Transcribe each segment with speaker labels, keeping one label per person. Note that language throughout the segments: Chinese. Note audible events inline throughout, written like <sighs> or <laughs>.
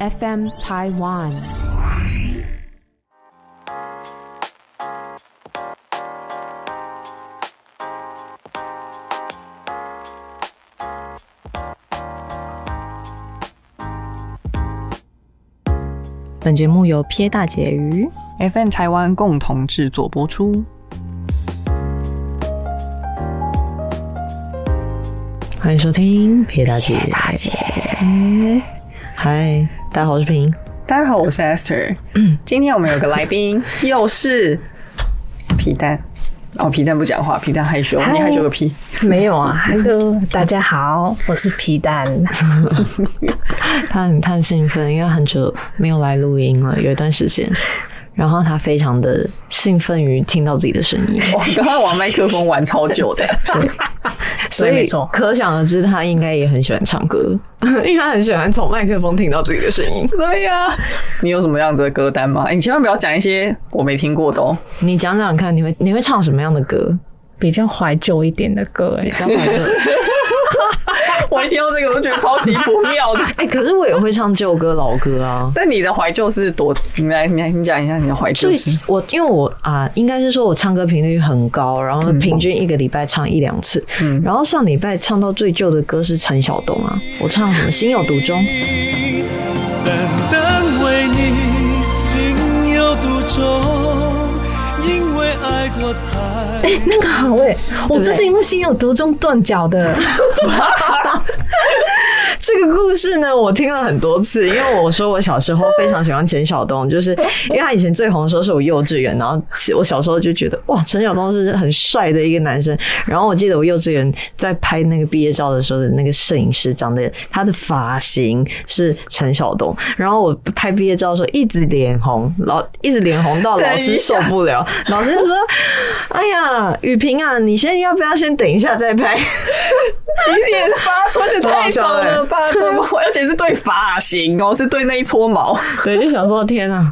Speaker 1: FM Taiwan。
Speaker 2: 本节目由撇大姐鱼
Speaker 3: FN 台湾共同制作播出。
Speaker 2: 欢迎收听撇大姐。大姐，嗨，大家好，我是平。
Speaker 3: 大家好，我是 Esther。今天我们有个来宾， <laughs> 又是皮蛋。哦，皮蛋不讲话，皮蛋害羞，
Speaker 4: 嗨
Speaker 3: 你害羞个屁！
Speaker 4: 没有啊，Hello，大家好，我是皮蛋。
Speaker 2: 他很他很兴奋，因为很久没有来录音了，有一段时 <laughs> 间。然后他非常的兴奋于听到自己的声音，
Speaker 3: 我刚刚玩麦克风玩超久 <laughs> 的，
Speaker 2: 所以
Speaker 4: 没错
Speaker 2: 可想而知，他应该也很喜欢唱歌， <laughs> 因为他很喜欢从麦克风听到自己的声音。
Speaker 3: 对呀、你有什么样子的歌单吗？欸你千万不要讲一些我没听过的 <laughs> 哦。
Speaker 2: 你讲讲看，你会你会唱什么样的歌？
Speaker 4: 比较怀旧一点的歌、欸，
Speaker 2: 刚好就
Speaker 3: 我一听到这个，我就觉得超级不妙 <laughs> 的。
Speaker 2: 哎、可是我也会唱旧歌、老歌啊。
Speaker 3: 但你的怀旧是多，你来，你来，你讲一下你的怀
Speaker 2: 所
Speaker 3: 旧
Speaker 2: 以
Speaker 3: 是。
Speaker 2: 我因为我啊、应该是说我唱歌频率很高，然后平均一个礼拜唱一两次。
Speaker 3: 嗯
Speaker 2: 然后上礼拜唱到最旧的歌是陈晓东啊，我唱什么《心有独钟》。
Speaker 5: 单单为你心有独钟，因为爱过才。
Speaker 4: <laughs> 那个好哎、我这是因为心有独钟断脚的，
Speaker 2: <laughs> 这个故事呢，我听了很多次，因为我说我小时候非常喜欢陈晓东，就是因为他以前最红的时候是我幼稚园，然后我小时候就觉得哇，陈晓东是很帅的一个男生。然后我记得我幼稚园在拍那个毕业照的时候的那个摄影师长得他的发型是陈晓东，然后我拍毕业照的时候一直脸红，老一直脸红到老师受不了，老师就说：“哎呀，雨萍啊，你先要不要先等一下再拍？”
Speaker 3: 你也发说的太糟了 <laughs> 吧？怎么啊会？而且是对发型哦，是对那一撮毛。
Speaker 2: <laughs> 对，就想说天啊！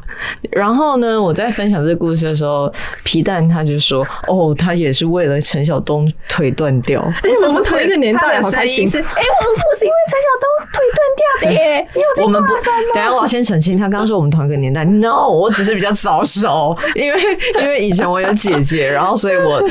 Speaker 2: 然后呢，我在分享这个故事的时候，皮蛋他就说：“哦，他也是为了陈晓东腿断掉。
Speaker 4: 但是我们同一个年代，
Speaker 3: 他
Speaker 4: 好
Speaker 3: 的
Speaker 4: 开
Speaker 3: 声
Speaker 4: 心
Speaker 3: 音。是，哎、我的父是因为陈晓东腿断掉的耶。你有这
Speaker 2: 我们不
Speaker 3: 话说吗，
Speaker 4: 哦
Speaker 2: 等一下我要先澄清，他刚刚说我们同一个年代，no，我只是比较早熟，因为因为以前我有姐姐，然后所以我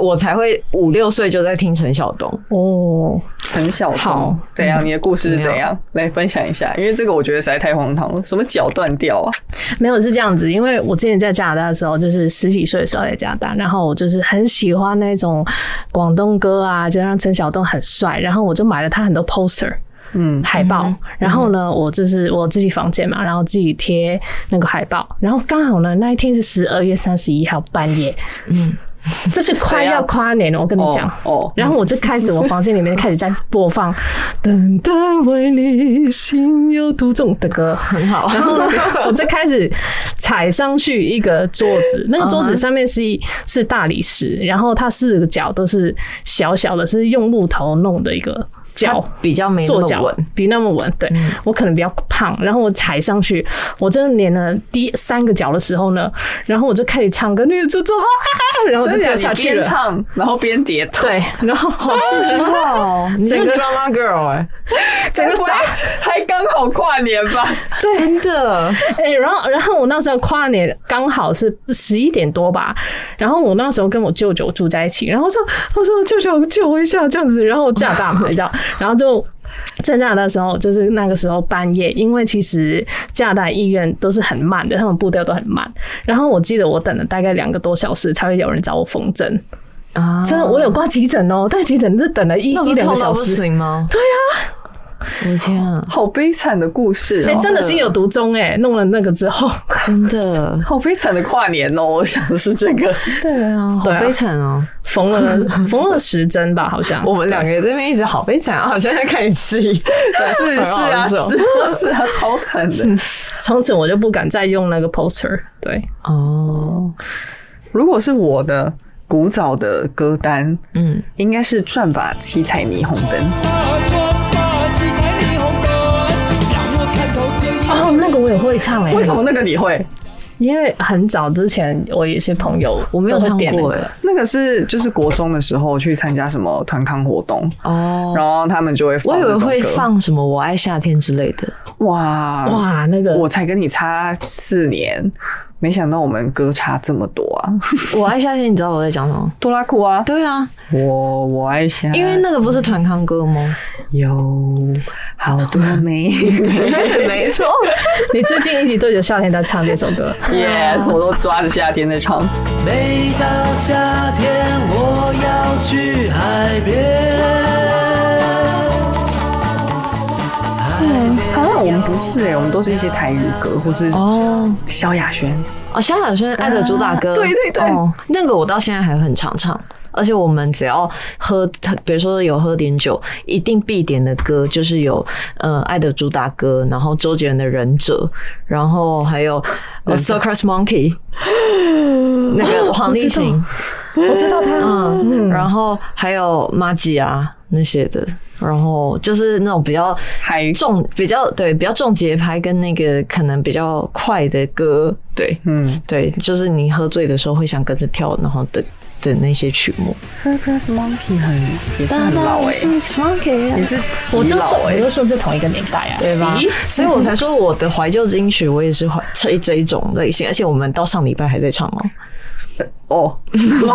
Speaker 2: 我才会五六岁就在听陈晓东。
Speaker 4: 哦，
Speaker 3: 陈晓东
Speaker 4: 好嗯
Speaker 3: 怎样？你的故事是
Speaker 2: 怎
Speaker 3: 怎样？来分享一下，因为这个我觉得实在太荒唐了。什么脚断掉啊？
Speaker 4: <laughs> 没有是这样子，因为我之前在加拿大的时候，就是十几岁的时候在加拿大，然后我就是很喜欢那种广东歌啊，就让陈晓东很帅，然后我就买了他很多 poster。
Speaker 3: 嗯
Speaker 4: 海报，然后呢，我就是我自己房间嘛，然后自己贴那个海报，然后刚好呢那一天是十二月三十一号半夜，嗯， <laughs> 这是快
Speaker 3: 怎
Speaker 4: 要
Speaker 3: 样
Speaker 4: 跨年了，我跟你
Speaker 3: 哦
Speaker 4: 讲，
Speaker 3: 啊哦，
Speaker 4: 然后我就开始，我房间里面开始在播放 <laughs> 《等待为你心有独钟》的歌，很
Speaker 2: 好
Speaker 3: <laughs>
Speaker 4: 然后呢，我就开始踩上去一个桌子，那个
Speaker 3: 嗯
Speaker 4: 桌子上面是一是大理石，然后它四个角都是小小的，是用木头弄的一个
Speaker 2: 他
Speaker 4: 脚。
Speaker 2: 比较没那
Speaker 4: 坐
Speaker 2: 么
Speaker 4: 脚
Speaker 2: 稳，
Speaker 4: 比那么稳，对、
Speaker 3: 嗯
Speaker 4: 我可能比较胖，然后我踩上去，我真的连了第三个脚的时候呢，然后我就开始唱歌，那个就就，然后我就
Speaker 3: 真的
Speaker 4: 掉
Speaker 3: 假的
Speaker 4: 下
Speaker 3: 你
Speaker 4: 去
Speaker 3: 边
Speaker 4: 了，
Speaker 3: 唱然后边跌倒，
Speaker 4: 对， <laughs> 然后
Speaker 2: 好戏剧化哦！你这
Speaker 4: 整
Speaker 2: 个
Speaker 4: 个
Speaker 2: drama girl 哎、
Speaker 3: 整
Speaker 4: 个
Speaker 3: 个
Speaker 4: 砸
Speaker 3: 还刚好跨年吧？
Speaker 2: 真
Speaker 4: <laughs>
Speaker 2: 的，
Speaker 4: 哎、然后然后我那时候跨年刚好是十一点多吧，然后我那时候跟我舅舅住在一起，然后我说我说舅舅救我一下这样子，然后我加拿大嘛，你知道，然后就。在加拿大的时候，就是那个时候半夜，因为其实加拿大医院都是很慢的，他们步调都很慢。然后我记得我等了大概两个多小时，才会有人找我缝针。
Speaker 2: 啊
Speaker 4: 真的，我有挂急诊哦，但急诊是等了一
Speaker 2: 那不是
Speaker 4: 一两个
Speaker 2: 痛到
Speaker 4: 小
Speaker 2: 不
Speaker 4: 时。
Speaker 2: 行吗？对啊，我的天啊！
Speaker 3: 好悲惨的故事
Speaker 4: 哎、
Speaker 3: 哦，
Speaker 4: 真的心有独钟哎，弄了那个
Speaker 2: <laughs>
Speaker 4: 之后，
Speaker 2: 真的，
Speaker 3: 好悲惨的跨年哦！我想的是这个，
Speaker 2: <laughs> 对啊，好
Speaker 4: 对啊
Speaker 2: 悲惨哦！
Speaker 4: 缝了缝了十针吧，
Speaker 2: <laughs>
Speaker 4: 好像。
Speaker 2: 个这边一直好悲惨啊，好像在看戏。 <laughs>
Speaker 3: <laughs> 是是啊，是啊，是啊，超惨的。
Speaker 4: 嗯从此我就不敢再用那个 poster。对，
Speaker 2: 哦，
Speaker 3: 如果是我的古早的歌单，
Speaker 2: 嗯，
Speaker 3: 应该是《转吧七彩霓虹灯》。
Speaker 4: 哦，那个我也会唱哎、欸
Speaker 3: 为什么那个你会？
Speaker 4: 因为很早之前我有些朋友我没有
Speaker 2: 都
Speaker 4: 会
Speaker 2: 上
Speaker 4: 点那
Speaker 2: 过
Speaker 4: 个
Speaker 2: 欸，
Speaker 3: 那个是就是国中的时候去参加什么团康活动，
Speaker 2: 哦。
Speaker 3: 然后他们就会
Speaker 2: 我
Speaker 3: 放
Speaker 2: 以
Speaker 3: 这
Speaker 2: 为
Speaker 3: 首歌
Speaker 2: 会放什么“我爱夏天”之类的，
Speaker 3: 哇哇，
Speaker 4: 哇，那个
Speaker 3: 我才跟你差四年，没想到我们歌差这么多
Speaker 2: <laughs>
Speaker 3: 啊！
Speaker 2: “我爱夏天”，你知道我在讲什么？
Speaker 3: 多拉库啊，
Speaker 2: 对啊，
Speaker 3: 我我爱想，
Speaker 2: 因为那个不是团康歌吗？
Speaker 3: 有好多美
Speaker 2: <laughs> 没错，
Speaker 4: <laughs> 你最近一集对着夏天在唱这首歌，
Speaker 3: <laughs> ，yes，我都抓着夏天在唱。
Speaker 5: 每到夏天，我要去海边。
Speaker 3: 嗯好像我们不是哎、我们都是一些台语歌或是
Speaker 2: 哦
Speaker 3: 萧亚轩。
Speaker 2: 哦，萧亚轩《爱的主打歌》
Speaker 3: 啊对对对
Speaker 2: 哦，那个我到现在还很常唱。而且我们只要喝，比如说有喝点酒，一定必点的歌就是有，呃，《爱的主打歌》，然后周杰伦的《忍者》，然后还有呃《Circus Monkey》，那个黄立行，
Speaker 4: <laughs> 我知道他，嗯，
Speaker 2: 然后还有马吉啊那些的，然后就是那种比较
Speaker 3: 嗨
Speaker 2: 重、比较对比较重节拍跟那个可能比较快的歌，对
Speaker 3: 嗯
Speaker 2: 对，就是你喝醉的时候会想跟着跳，然后的的那些曲目。 <laughs>
Speaker 3: ，Circus Monkey 很也是很老哎、也是
Speaker 4: 我
Speaker 3: 极
Speaker 4: 就
Speaker 3: 老
Speaker 4: 说，
Speaker 3: 哎、
Speaker 4: 我就说这同一个年代啊，对
Speaker 2: 吧所以我才说我的怀旧金曲，我也是怀这这一种类型，而且我们到上礼拜还在唱哦。
Speaker 3: 哦， <laughs>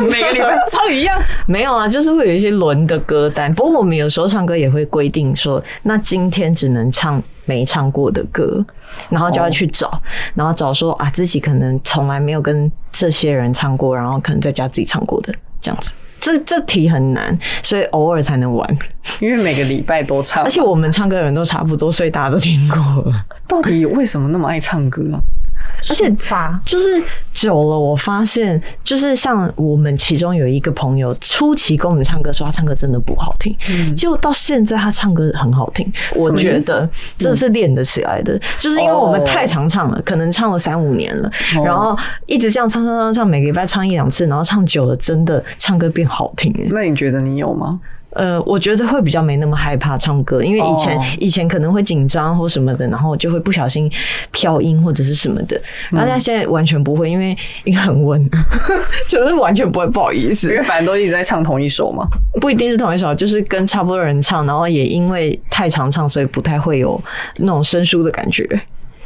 Speaker 3: 每个礼拜唱一样。
Speaker 2: 没有啊，就是会有一些轮的歌单。不过我们有时候唱歌也会规定说，那今天只能唱没唱过的歌，然后就要去找，然后找说啊自己可能从来没有跟这些人唱过，然后可能在家自己唱过的这样子。这这题很难，所以偶尔才能玩。
Speaker 3: <laughs> 因为每个礼拜都唱，
Speaker 2: 而且我们唱歌的人都差不多，所以大家都听过了。
Speaker 3: 到底为什么那么爱唱歌啊？
Speaker 2: 而且
Speaker 4: 发
Speaker 2: 就是久了，我发现就是像我们其中有一个朋友，初期跟我们唱歌说他唱歌真的不好听，结果到现在他唱歌很好听，我
Speaker 3: 嗯么意思嗯
Speaker 2: 觉得这是练得起来的，就是因为我们太常唱了，可能唱了三五年了，
Speaker 3: 哦
Speaker 2: 然后一直这样唱唱唱唱，每个礼拜唱一两次，然后唱久了，真的唱歌变好听、欸。
Speaker 3: 那你觉得你有吗？
Speaker 2: 呃，我觉得会比较没那么害怕唱歌，因为以前、
Speaker 3: 哦
Speaker 2: 以前可能会紧张或什么的，然后就会不小心飘音或者是什么的。然后但现在完全不会，因为因为很稳， <laughs> 就是完全不会不好意思
Speaker 3: 因。
Speaker 2: <laughs>
Speaker 3: 为反正都一直在唱同一首嘛。
Speaker 2: 不一定是同一首，就是跟差不多的人唱，然后也因为太常唱，所以不太会有那种生疏的感觉。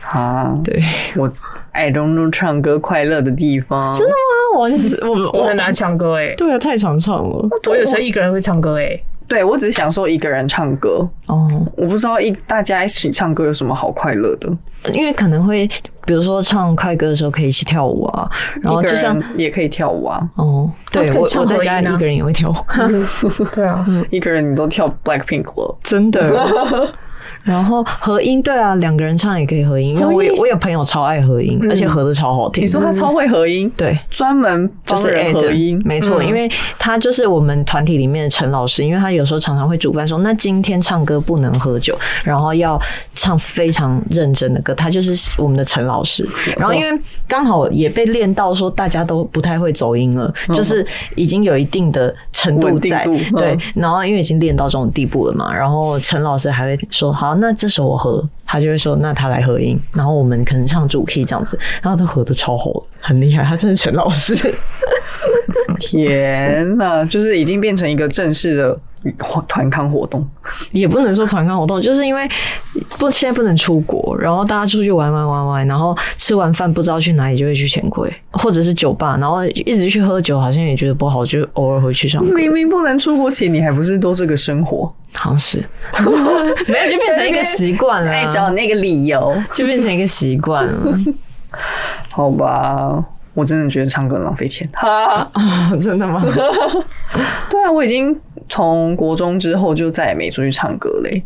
Speaker 3: 啊，
Speaker 2: 对，
Speaker 3: 我爱东东唱歌快乐的地方，真的
Speaker 2: 啊，我是我们
Speaker 4: 我很难唱歌哎，
Speaker 2: 对啊，太常唱了
Speaker 4: 我有时候一个人会唱歌哎，
Speaker 3: 对我只是享受一个人唱歌，
Speaker 2: 哦。
Speaker 3: 我不知道一大家一起唱歌有什么好快乐的，
Speaker 2: 因为可能会，比如说唱快歌的时候可以一起跳舞啊，然后
Speaker 3: 一个
Speaker 2: 就像
Speaker 3: 人也可以跳舞啊，
Speaker 2: 哦，对
Speaker 4: 他可以
Speaker 2: 我
Speaker 4: 唱
Speaker 2: 我在
Speaker 4: 回
Speaker 2: 家
Speaker 4: 音
Speaker 2: 一
Speaker 4: 啊
Speaker 2: 个人也会跳，
Speaker 4: 对啊，
Speaker 2: 嗯
Speaker 3: 一个人你都跳 Blackpink 了，
Speaker 2: <laughs> 真的。然后合音，对啊，两个人唱也可以合音，因为我也
Speaker 3: 合音
Speaker 2: 我有朋友超爱合音，而且合的超好听。
Speaker 3: 你说他超会合音，，
Speaker 2: 对？
Speaker 3: 专门
Speaker 2: 嗯就
Speaker 3: 帮
Speaker 2: 是
Speaker 3: 人
Speaker 2: A
Speaker 3: 合
Speaker 2: 的
Speaker 3: 音，，
Speaker 2: 没错，
Speaker 4: 嗯
Speaker 2: 因为他就是我们团体里面的陈老师，因为他有时候常常会主办说，那今天唱歌不能喝酒，然后要唱非常认真的歌，他就是我们的陈老师。然后因为刚好也被练到说大家都不太会走音了，就是已经有一定的程度
Speaker 3: 稳定
Speaker 2: 在，
Speaker 3: 度嗯
Speaker 2: 对，然后因为已经练到这种地步了嘛，然后陈老师还会说：“好，那这首我合。”他就会说：“那他来合音。”然后我们可能唱主 key 这样子，然后他合的超好，很厉害，他真是陈老师。
Speaker 3: 天呐，就是已经变成一个正式的团康活动，
Speaker 2: 也不能说团康活动，就是因为不现在不能出国，然后大家出去玩玩玩玩，然后吃完饭不知道去哪里就会去钱柜或者是酒吧，然后一直去喝酒，好像也觉得不好，就偶尔回去上课，
Speaker 3: 明明不能出国前，你还不是都这个生活，
Speaker 2: 好像是没有就变成一个习惯了啊、
Speaker 3: 爱找那个理由，
Speaker 2: 就变成一个习惯了。 <laughs>
Speaker 3: 好吧。我真的觉得唱歌很浪费钱。哈，
Speaker 2: 真的吗？
Speaker 3: 对啊，我已经从国中之后就再也没出去唱歌嘞。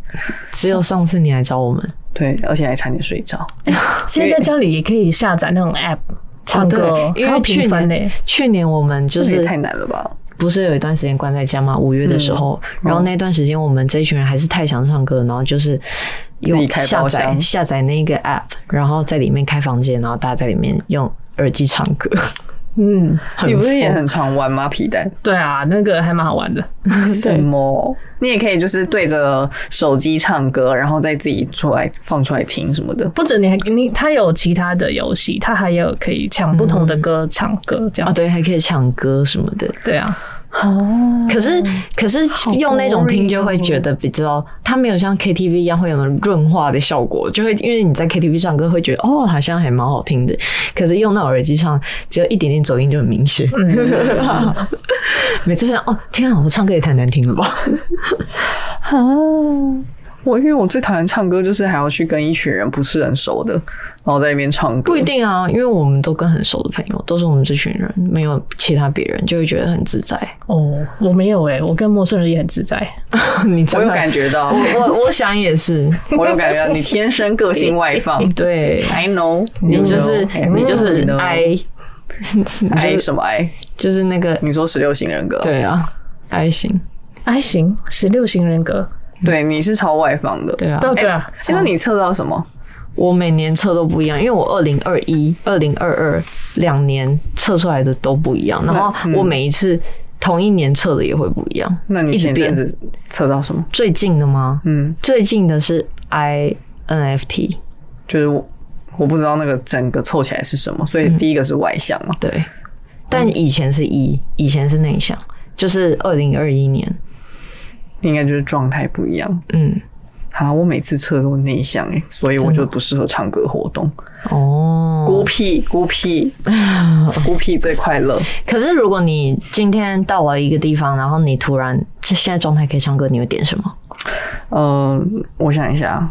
Speaker 2: 只有上次你来找我们
Speaker 3: 对，而且还差点睡着。
Speaker 4: 现在在家里也可以下载那种 app 唱歌
Speaker 2: 哦，对因
Speaker 4: 还
Speaker 2: 为
Speaker 4: 有
Speaker 2: 去
Speaker 4: 评分欸
Speaker 2: 年
Speaker 4: 嘞，
Speaker 2: 去年我们就
Speaker 3: 这也
Speaker 2: 是
Speaker 3: 太难了吧？
Speaker 2: 不是有一段时间关在家嘛，五月的时
Speaker 3: 嗯哦
Speaker 2: 候，然后那段时间我们这一群人还是太想唱歌，然后就是
Speaker 3: 自己
Speaker 2: 用
Speaker 3: 开
Speaker 2: 下
Speaker 3: 包
Speaker 2: 载
Speaker 3: 厢 <laughs>
Speaker 2: 下载那个 app，然后在里面开房间，然后大家在里面用耳机唱歌，
Speaker 4: 嗯，
Speaker 3: 你不是也很常玩吗？皮
Speaker 2: <laughs>
Speaker 3: 蛋？
Speaker 4: 对啊，那个还蛮好玩的。
Speaker 3: 什么？你也可以就是对着手机唱歌，然后再自己出来放出来听什么的。
Speaker 4: 不止你还你，它有其他的游戏，它还有可以抢不同的歌唱歌这样。
Speaker 2: 啊，对，还可以抢歌什么的。
Speaker 4: 对啊，
Speaker 3: 哦，
Speaker 2: 可是，可是用那种听就会觉得比较，它没有像 KTV 一样会有那种润化的效果，就会因为你在 KTV 唱歌会觉得哦，好像还蛮好听的。可是用那耳机唱，只有一点点走音就很明显。嗯 <laughs> 每次想哦，天啊，我唱歌也太难听了 <laughs> 吧！
Speaker 3: 我因为我最讨厌唱歌，就是还要去跟一群人不是很熟的，然后在那边唱歌。
Speaker 2: 不一定啊，因为我们都跟很熟的朋友，都是我们这群人，没有其他别人，就会觉得很自在。
Speaker 4: 哦，我没有哎、我跟陌生人也很自在。
Speaker 2: <laughs> 你
Speaker 3: 我
Speaker 2: 真
Speaker 3: 有
Speaker 2: 的
Speaker 3: 感觉到，
Speaker 2: 我 <laughs> 我我想也是，
Speaker 3: <laughs> 我有感觉到，你天生个性外
Speaker 2: <laughs>
Speaker 3: 放。
Speaker 2: 对
Speaker 3: I know，
Speaker 2: 你就是哎你就是 <laughs>
Speaker 3: 爱
Speaker 2: 哀，
Speaker 3: 爱
Speaker 2: 哎
Speaker 3: 什么爱？
Speaker 2: 就是那个
Speaker 3: 你说十六型人格？
Speaker 2: 对啊，哀型，
Speaker 4: 还哎行，十六型人格。
Speaker 3: 对，你是超外放的。
Speaker 2: 对啊，
Speaker 4: 对对啊，
Speaker 3: 哎，那你测到什么？
Speaker 2: 我每年测都不一样，因为我二零二一、二零二二两年测出来的都不一样，然后我每一次同一年测的也会不一样，
Speaker 3: 那你
Speaker 2: 一直
Speaker 3: 前阵
Speaker 2: 变。
Speaker 3: 子测到什么？
Speaker 2: 最近的吗？
Speaker 3: 嗯，
Speaker 2: 最近的是 INFT，
Speaker 3: 就是我我不知道那个整个凑起来是什么，
Speaker 2: 嗯
Speaker 3: 所以第一个是外向嘛。
Speaker 2: 对，但以前是 E，以前是内向，就是二零二一年，
Speaker 3: 应该就是状态不一样。
Speaker 2: 嗯，
Speaker 3: 啊，我每次测都内向哎、所以我就不适合唱歌活动，
Speaker 2: 哦，
Speaker 3: 孤僻孤
Speaker 2: <laughs>
Speaker 3: 僻孤僻最快乐。
Speaker 2: 可是如果你今天到了一个地方，然后你突然这现在状态可以唱歌，你会点什么？
Speaker 3: 呃，我想一下，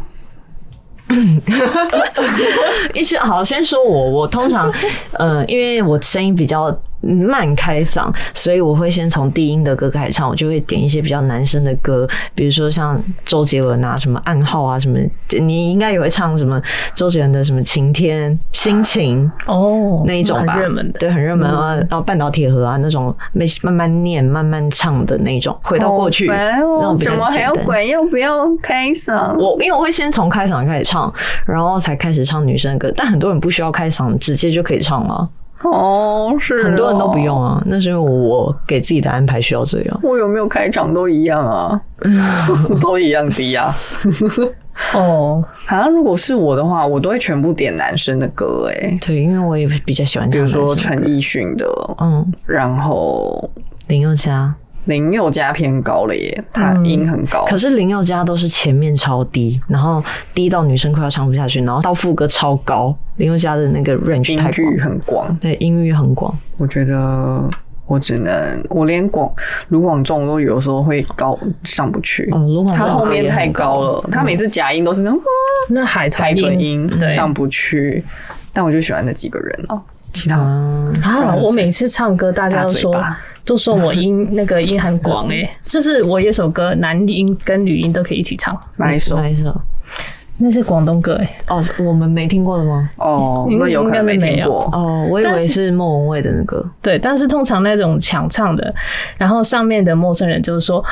Speaker 2: 一是好，先说我，我
Speaker 3: <laughs>
Speaker 2: 通常，嗯、因为我声音比较慢开嗓，所以我会先从低音的歌开始唱，我就会点一些比较男生的歌，比如说像周杰伦啊，什么暗号啊，什么，你应该也会唱什么周杰伦的什么晴天、心情
Speaker 4: 哦，
Speaker 2: 那一种吧，
Speaker 4: 很热门的。
Speaker 2: 对，很热
Speaker 3: 嗯
Speaker 2: 门啊，然后半岛铁盒啊那种，慢慢慢念、慢慢唱的那种，回到过去，
Speaker 3: 好烦哦
Speaker 2: 那种比较
Speaker 3: 怎么还
Speaker 2: 简
Speaker 3: 要
Speaker 2: 单
Speaker 3: 管要不要开嗓？
Speaker 2: 我因为我会先从开嗓开始唱，然后才开始唱女生的歌，但很多人不需要开嗓，直接就可以唱了。
Speaker 3: 哦，是
Speaker 2: 很多人都不用
Speaker 3: 哦。
Speaker 2: 啊，那是因为我给自己的安排需要这样。
Speaker 3: 我有没有开场都一样
Speaker 2: <laughs>
Speaker 3: 啊， <laughs> 都一样低啊。
Speaker 4: 哦，
Speaker 3: 好像如果是我的话，我都会全部点男生的歌、欸，哎，
Speaker 2: 对，因为我也比较喜欢
Speaker 3: 比
Speaker 2: 唱
Speaker 3: 如
Speaker 2: 男生
Speaker 3: 说
Speaker 2: 的歌，
Speaker 3: 陈奕迅的，
Speaker 2: 嗯，
Speaker 3: 然后
Speaker 2: 林宥嘉，
Speaker 3: 林宥嘉偏高了耶，他音很高，
Speaker 2: 嗯可是林宥嘉都是前面超低，然后低到女生快要唱不下去，然后到副歌超高，林宥嘉的那个 range 太
Speaker 3: 音
Speaker 2: 广
Speaker 3: 距，很广。
Speaker 2: 对，音域很广。
Speaker 3: 我觉得我只能，我连广卢广仲都有时候会高上不去，
Speaker 2: 哦，卢广
Speaker 3: 他
Speaker 2: 仲
Speaker 3: 后面
Speaker 2: 也
Speaker 3: 太
Speaker 2: 很嗯
Speaker 3: 高了，他每次假音都是那种
Speaker 4: 那海
Speaker 3: 抬
Speaker 4: 豚
Speaker 3: 臀音
Speaker 4: 对
Speaker 3: 上不去，但我就喜欢那几个人啊，其他
Speaker 2: 嗯，
Speaker 4: 啊！我每次唱歌，大家都说
Speaker 3: 大嘴巴
Speaker 4: 都说我音 <laughs> 那个音很广哎、就是我有一首歌，男音跟女音都可以一起唱，
Speaker 3: 哪一首
Speaker 2: 哪一首？
Speaker 4: 那是广东歌哎、
Speaker 2: 哦，我们没听过的吗？
Speaker 3: 哦，
Speaker 4: 应
Speaker 3: 那有可能没
Speaker 4: 应该
Speaker 3: 听
Speaker 4: 没有
Speaker 3: 过。
Speaker 2: 哦，我以
Speaker 4: 但
Speaker 2: 为
Speaker 4: 是
Speaker 2: 是莫文蔚的那个。
Speaker 4: 对，但是通常那种抢唱的，然后上面的陌生人就是说，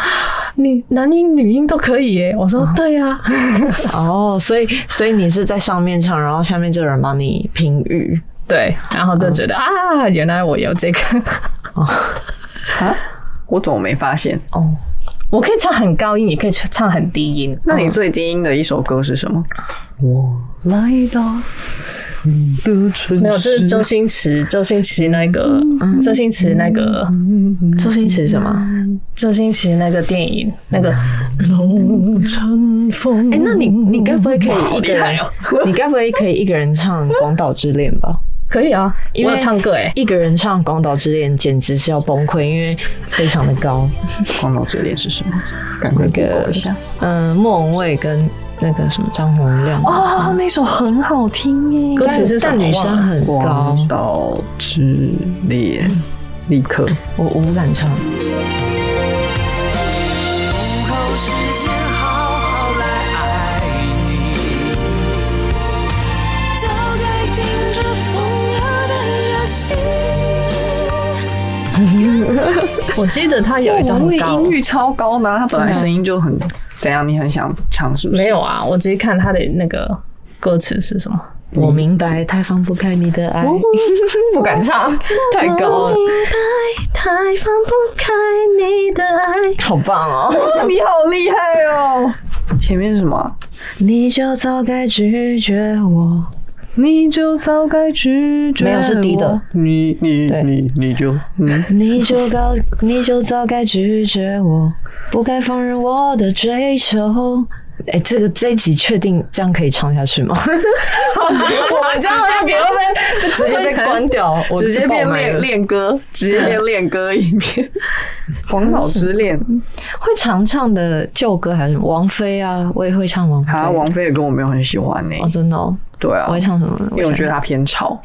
Speaker 4: 你男音女音都可以耶、我说对呀、 <laughs>
Speaker 2: 哦，所以所以你是在上面唱，然后下面这个人帮你评语。
Speaker 4: 对，然后就觉得、啊，原来我有这个， <laughs>
Speaker 3: 我怎么没发现？
Speaker 2: 哦，
Speaker 4: 我可以唱很高音，也可以唱很低音。
Speaker 3: 那
Speaker 2: 嗯
Speaker 3: 你最低音的一首歌是什么？我来到你的城
Speaker 4: 哦没有，这是周星驰，周星驰那个，周星驰那个，
Speaker 2: 周星驰什么？
Speaker 4: 嗯周星驰那个电影，那个龙乘风。
Speaker 2: 哎、那你你该不会可以一个人？
Speaker 4: 嗯哇好厉哦
Speaker 2: <laughs> 你该不会可以一个人唱《广岛之恋》吧？
Speaker 4: 可以啊，
Speaker 2: 因为
Speaker 4: 我有唱歌哎，
Speaker 2: 一个人唱《广岛之恋》简直是要崩溃，因为非常的高。
Speaker 3: 广岛之恋是什么？赶快
Speaker 2: 那
Speaker 3: Google
Speaker 2: 个
Speaker 3: 一下。
Speaker 2: 嗯，莫文蔚跟那个什么张洪量，
Speaker 3: 哦，那首很好听耶
Speaker 4: 歌词是什
Speaker 2: 但
Speaker 4: 么
Speaker 2: 女生很高
Speaker 3: 广，岛之恋，立刻
Speaker 2: 我我不敢唱。
Speaker 5: 不够时间好好来爱你，
Speaker 1: 早该停止疯聊的游戏。
Speaker 4: 我记得他有一段
Speaker 3: 王
Speaker 4: 很
Speaker 3: 力
Speaker 4: 高
Speaker 3: 音。域超高呢，他本
Speaker 2: 啊
Speaker 3: 来声音就很怎样？你很想唱是不是？
Speaker 4: 没有啊，我直接看他的那个歌词是什么。
Speaker 2: 我
Speaker 3: 嗯
Speaker 2: 明白，太放不开你的爱，
Speaker 3: 哦
Speaker 2: <laughs> 不敢唱，太高
Speaker 1: 我
Speaker 2: 了，
Speaker 1: 明白，太放不开你的爱。
Speaker 2: 好棒哦！
Speaker 3: 你好厉害哦！前面是什么啊？
Speaker 2: 你就早该拒绝我，
Speaker 3: 你就早该拒绝
Speaker 2: 没有是低的
Speaker 3: 我。你你
Speaker 2: 对
Speaker 3: 你你就嗯，
Speaker 2: 你就告，你就早该拒绝我，不该放任我的追求。哎、这个这一集确定这样可以唱下去
Speaker 3: <laughs>
Speaker 2: 吗？我们这样要给会被就直接被关掉，我
Speaker 3: 直接
Speaker 2: 爆
Speaker 3: 变
Speaker 2: 麦
Speaker 3: 练
Speaker 2: 了
Speaker 3: 练歌，直接变练歌影
Speaker 2: <laughs>
Speaker 3: 片。黄岛之恋，
Speaker 2: 会常唱的旧歌还是什么？王菲啊，我也会唱王菲。
Speaker 3: 啊，王菲的歌我没有很喜欢呢、
Speaker 2: 哦，真的哦，
Speaker 3: 对啊
Speaker 2: 我，会唱什么？
Speaker 3: 因为我觉得
Speaker 2: 得
Speaker 3: 她偏吵。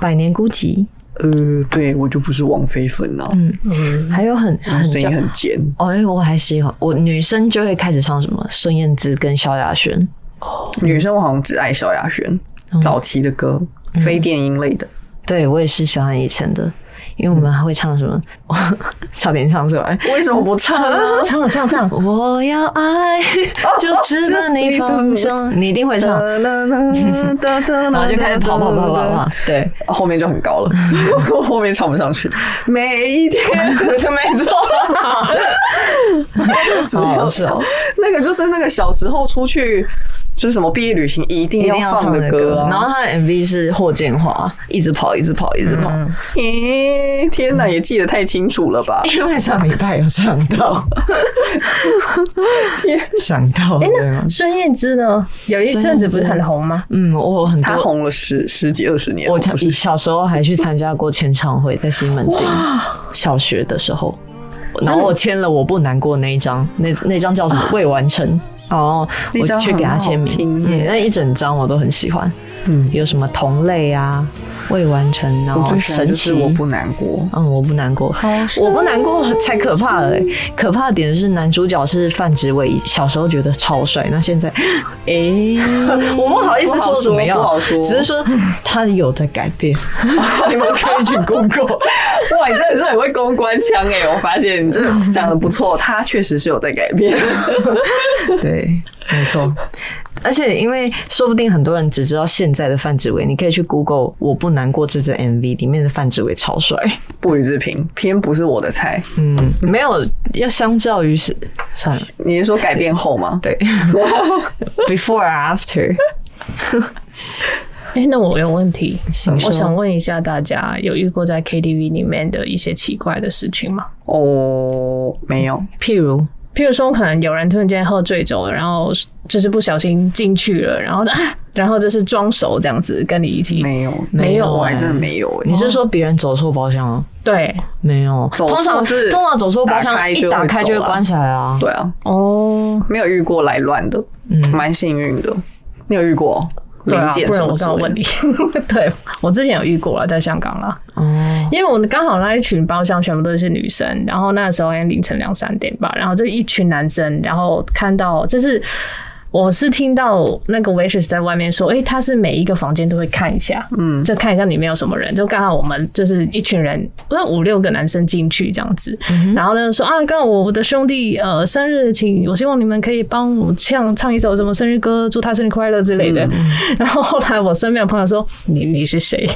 Speaker 2: 百年孤寂，
Speaker 3: 呃，对我就不是王菲粉啊，
Speaker 2: 还有很
Speaker 3: 她
Speaker 2: 嗯很
Speaker 3: 声
Speaker 2: 叫
Speaker 3: 音很尖。
Speaker 2: 嗯哦，因为我还喜欢我女生就会开始唱什么孙燕姿跟萧亚轩。
Speaker 3: 女生我好像只爱萧亚轩
Speaker 2: 嗯
Speaker 3: 早期的歌，非电音类的。
Speaker 2: 对我也是喜欢以前的，因为我们还会唱什么， <laughs> 我差点唱出来。
Speaker 3: 为什么不唱啊？
Speaker 4: 唱唱 <laughs> 唱，
Speaker 2: 我要爱，就只能哦你放纵，你一定会唱，
Speaker 3: 嗯
Speaker 2: <laughs> 然
Speaker 3: 然
Speaker 2: 后就开始跑跑跑跑跑，对，
Speaker 3: 后面就很高了， <laughs> 后面唱不上去。每一天， <laughs> 没错，
Speaker 2: 好好笑，
Speaker 3: 那个就是那个小时候出去，就是什么毕业旅行一定
Speaker 2: 一定要
Speaker 3: 要
Speaker 2: 唱
Speaker 3: 放
Speaker 2: 的
Speaker 3: 歌
Speaker 2: 歌。
Speaker 3: 啊。
Speaker 2: 然后他的 MV 是霍建华，一直跑，一直跑，一直跑，
Speaker 3: 咦，天哪，也记得太清楚了吧？
Speaker 2: 因为上礼拜有唱到，想到
Speaker 4: 哎，
Speaker 2: 对吗
Speaker 4: 那？孙燕姿呢？有一阵子不是很红吗？
Speaker 2: 嗯，我很
Speaker 3: 他
Speaker 2: 多。
Speaker 3: 红了十十几二十年了，
Speaker 2: 我
Speaker 3: 不是
Speaker 2: 小时候还去参加过签唱会，在西门町小学的时候，然后我签了《我不难过》那一张，那那张叫什么？未完成。然后我
Speaker 3: 啊那张
Speaker 2: 去给他签
Speaker 3: 很
Speaker 2: 名
Speaker 3: 好，听耶
Speaker 2: 嗯，那一整张我都很喜欢。
Speaker 3: 嗯
Speaker 2: 嗯，有什么同类啊，未完成，然
Speaker 3: 我
Speaker 4: 哦
Speaker 2: 后
Speaker 3: 最喜欢
Speaker 2: 神
Speaker 3: 就
Speaker 2: 奇
Speaker 3: 是，我不难过。
Speaker 2: 嗯，我不难过，我不难过才可怕了、欸。可怕的点是男主角是范植伟，小时候觉得超帅，那现在
Speaker 3: 哎，
Speaker 2: <laughs>
Speaker 4: 嗯
Speaker 2: 我不好意思说怎么样，
Speaker 3: 不好说，
Speaker 2: 只是说他有在改变。
Speaker 3: <laughs> 你们可以去 Google。哇，你真的是很会公关腔哎、我发现你真的讲的不错，他确实是有在改变。
Speaker 2: <laughs>
Speaker 3: <laughs>
Speaker 2: 对，没错。而且，因为说不定很多人只知道现在的范志伟，你可以去 Google“ 我不难过”这支 MV 里面的范志伟超帅。
Speaker 3: 不予置评，偏不是我的菜。
Speaker 2: 嗯，没有要相较于是
Speaker 3: <laughs>
Speaker 2: 算了，
Speaker 3: 你是说改变后吗？
Speaker 2: 对 <laughs> ，before 啊 or after，
Speaker 4: 哎，那我有问题，
Speaker 2: 请说
Speaker 4: 我想问一下大家，有遇过在 KTV 里面的一些奇怪的事情吗？
Speaker 3: 哦，没有，
Speaker 2: 譬如
Speaker 4: 譬如说，可能有人突然间喝醉酒了，然后就是不小心进去了，然后呢， <laughs> 然后就是装熟这样子跟你一起，
Speaker 3: 没有，
Speaker 4: 没有
Speaker 3: 我
Speaker 4: 哎
Speaker 3: 还真的没有哎、
Speaker 2: 你是说别人走错包厢吗？
Speaker 4: 对，
Speaker 2: 没有，
Speaker 3: 走错
Speaker 2: 通常
Speaker 3: 是
Speaker 2: 通常走错包
Speaker 3: 打
Speaker 2: 厢
Speaker 3: 开就
Speaker 2: 一打
Speaker 3: 会
Speaker 2: 开
Speaker 3: 走
Speaker 2: 就会
Speaker 3: 了
Speaker 2: 关起来啊。
Speaker 3: 对啊，
Speaker 4: 哦，嗯
Speaker 3: 没有遇过来乱的，蛮幸运的。你有遇过
Speaker 4: 对
Speaker 3: 零
Speaker 4: 啊，
Speaker 3: 件
Speaker 4: 不
Speaker 3: 什
Speaker 4: 然
Speaker 3: 么
Speaker 4: 我
Speaker 3: 之
Speaker 4: 刚好
Speaker 3: 类
Speaker 4: 问
Speaker 3: 的？
Speaker 4: 你， <laughs> 对我之前有遇过了，啊在香港啦，
Speaker 2: 哦，
Speaker 4: 因为我刚好那一群包厢全部都是女生，然后那时候应该凌晨两三点吧，然后就一群男生，然后看到就是。我是听到那个 waitress 在外面说，诶、他是每一个房间都会看一下，嗯，就看一下里面有什么人。就刚好我们就是一群人，那五六个男生进去这样子，然后呢说啊，刚好我的兄弟呃生日，请我希望你们可以帮我唱唱一首什么生日歌，祝他生日快乐之类的。然后后来我身边的朋友说，你你是谁？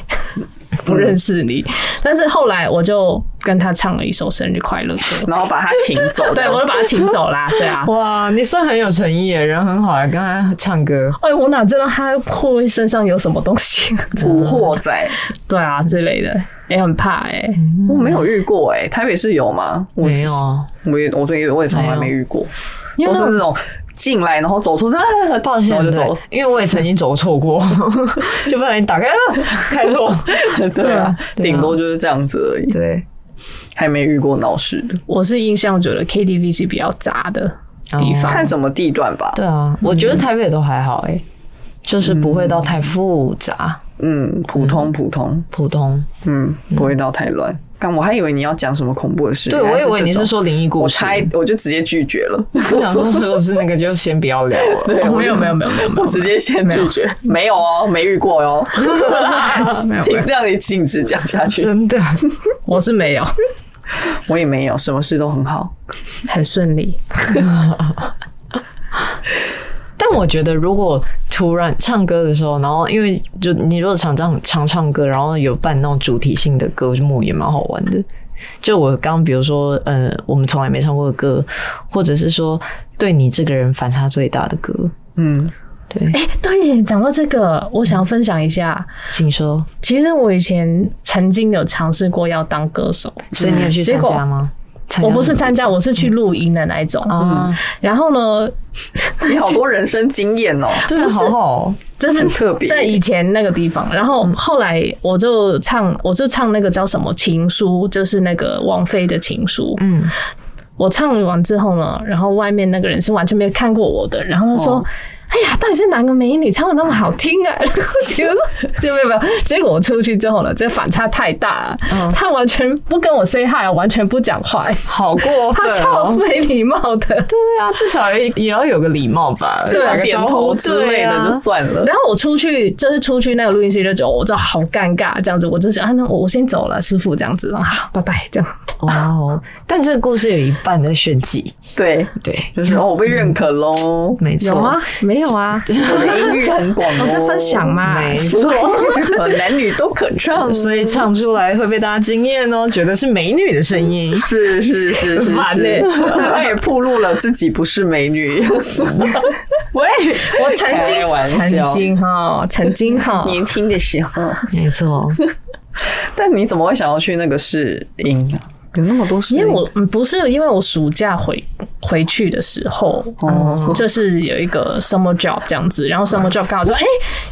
Speaker 4: 不认识你。但是后来我就跟他唱了一首生日快
Speaker 3: <laughs>
Speaker 4: 乐歌，
Speaker 3: 然后把他请走，这
Speaker 4: <laughs> 对
Speaker 3: 样
Speaker 4: 我就把他请走啦，对啊。
Speaker 2: 哇，你算很有诚意耶，人很好啊，刚才唱歌。
Speaker 4: 哎，我哪知道他会不会身上有什么东西？ <laughs>
Speaker 3: 古惑仔，
Speaker 4: 对啊，之类的，也、很怕哎、
Speaker 3: 我没有遇过哎、台北市有吗？我
Speaker 2: 没有啊，
Speaker 3: 我也我最近我也从来没遇过，
Speaker 4: 因为
Speaker 3: 都
Speaker 4: 那
Speaker 3: 是
Speaker 4: 种
Speaker 3: 那种进来然后走出，啊
Speaker 2: 抱歉，
Speaker 3: 然后就
Speaker 2: 对
Speaker 3: 走了。 <laughs>
Speaker 2: 因为我也曾经走错过，就不小心打开了，开错。
Speaker 3: 对啊，
Speaker 2: 对啊
Speaker 3: 顶多就是这样子而已，
Speaker 2: 对，
Speaker 3: 还没遇过闹事的。
Speaker 4: 我是印象觉得 KTV 是比较杂的地方，
Speaker 3: 看什么地段吧，
Speaker 2: 对啊，我觉得台北都还好哎、就是不会到太复杂，
Speaker 3: 嗯，普通普通，
Speaker 2: 普通。
Speaker 3: 嗯，不会到太乱。但我还以为你要讲什么恐怖的事，
Speaker 2: 对
Speaker 3: 原来
Speaker 2: 我以
Speaker 3: 是
Speaker 2: 为
Speaker 3: 这
Speaker 2: 你是
Speaker 3: 种
Speaker 2: 说灵异故
Speaker 3: 我
Speaker 2: 事，哦
Speaker 3: 猜我就直接拒绝了，
Speaker 2: 我想说如果是那个就先不要聊
Speaker 3: <laughs>
Speaker 2: 了。
Speaker 3: 对
Speaker 4: <laughs> 哦
Speaker 3: 我
Speaker 4: 没有没有没有没有没有， <laughs>
Speaker 3: 直接先拒绝，没有哦，没遇过哦，
Speaker 4: 没有
Speaker 3: <laughs>
Speaker 4: 没
Speaker 3: 请
Speaker 4: 有，
Speaker 3: 让你禁止讲下去，
Speaker 2: 真的，
Speaker 4: 我是没有，
Speaker 3: 我也没有，什么事都很好，
Speaker 4: 很顺利。
Speaker 2: 但但我觉得，如果突然唱歌的时候，然后因为就你如果常唱常唱歌，然后有办那种主题性的歌，我觉得也蛮好玩的。就我刚刚比如说，呃，我们从来没唱过的歌，或者是说对你这个人反差最大的歌，
Speaker 3: 嗯，
Speaker 2: 对，
Speaker 4: 哎、对耶，讲到这个，我想要分享一下，
Speaker 2: 请说。
Speaker 4: 其实我以前曾经有尝试过要当歌手，
Speaker 2: 所以你有去参
Speaker 4: 啊结果
Speaker 2: 加吗？参加
Speaker 4: 我不是
Speaker 2: 吗
Speaker 4: 参加，我是去露营的那一种。
Speaker 2: 啊，
Speaker 4: 然后呢，
Speaker 3: 你 <laughs> 好多人生经验
Speaker 4: <laughs>
Speaker 3: 哦。
Speaker 2: 真的
Speaker 4: 不是
Speaker 2: 好好哦，
Speaker 4: 这是
Speaker 3: 很特别
Speaker 4: 在以前那个地方。然
Speaker 2: 嗯
Speaker 4: 后后来我就唱，我就唱那个叫什么《情书》，就是那个王菲的《情书》。
Speaker 2: 嗯，
Speaker 4: 我唱完之后呢，然后外面那个人是完全没看过我的，然后他
Speaker 2: 哦
Speaker 4: 说。哎呀，到底是哪个美女唱的那么好听啊？然后结果
Speaker 2: <laughs>
Speaker 4: 说就没有没有，结果我出去之后呢，这反差太大了。他完全不跟我 say hi，完全不讲话，
Speaker 2: 嗯好哦过
Speaker 4: 他
Speaker 2: 分
Speaker 4: 超
Speaker 2: 哦。
Speaker 4: 没礼貌的。
Speaker 2: 对啊，至少也也要有个礼貌吧，
Speaker 4: 至少
Speaker 2: 打
Speaker 3: 打个点头之类
Speaker 2: 啊
Speaker 3: 的就算了。
Speaker 4: 然后我出去，就是出去那个录音室就觉得我这好尴尬，这样子，我就想啊，那我我先走了，师傅这样子，然后好， <laughs> 拜拜，这样。
Speaker 2: 哇哦！ <laughs> 但这个故事有一半在炫技，
Speaker 3: 对，
Speaker 4: 啊
Speaker 2: 对，
Speaker 3: 就是哦，我被认可喽，
Speaker 2: 没错，？？
Speaker 4: 没有 <laughs> 啊，
Speaker 3: <laughs> 我的音域很广、哦。
Speaker 4: 我在分享啊嘛。
Speaker 2: 没错。
Speaker 3: <laughs> 我男女都可唱，
Speaker 2: 所以唱出来会被大家惊艳哦，觉得是美女的声音。
Speaker 3: 是是是是
Speaker 2: 很烦欸
Speaker 3: 是，他也暴露了自己不是美女。
Speaker 4: <laughs>
Speaker 3: 喂，
Speaker 4: 我曾
Speaker 3: 开
Speaker 4: 经，
Speaker 3: 玩笑
Speaker 4: 曾经哈，曾经哈，
Speaker 3: 年轻的时候，
Speaker 2: 没错，
Speaker 3: 但你怎么会想要去那个试音啊？有那么多试
Speaker 4: 因
Speaker 3: 音？
Speaker 4: 为我嗯不是因为我暑假回回去的时候，
Speaker 3: 哦
Speaker 4: 就是有一个 summer job 这样子，然后 <laughs> summer job 刚好说，哎、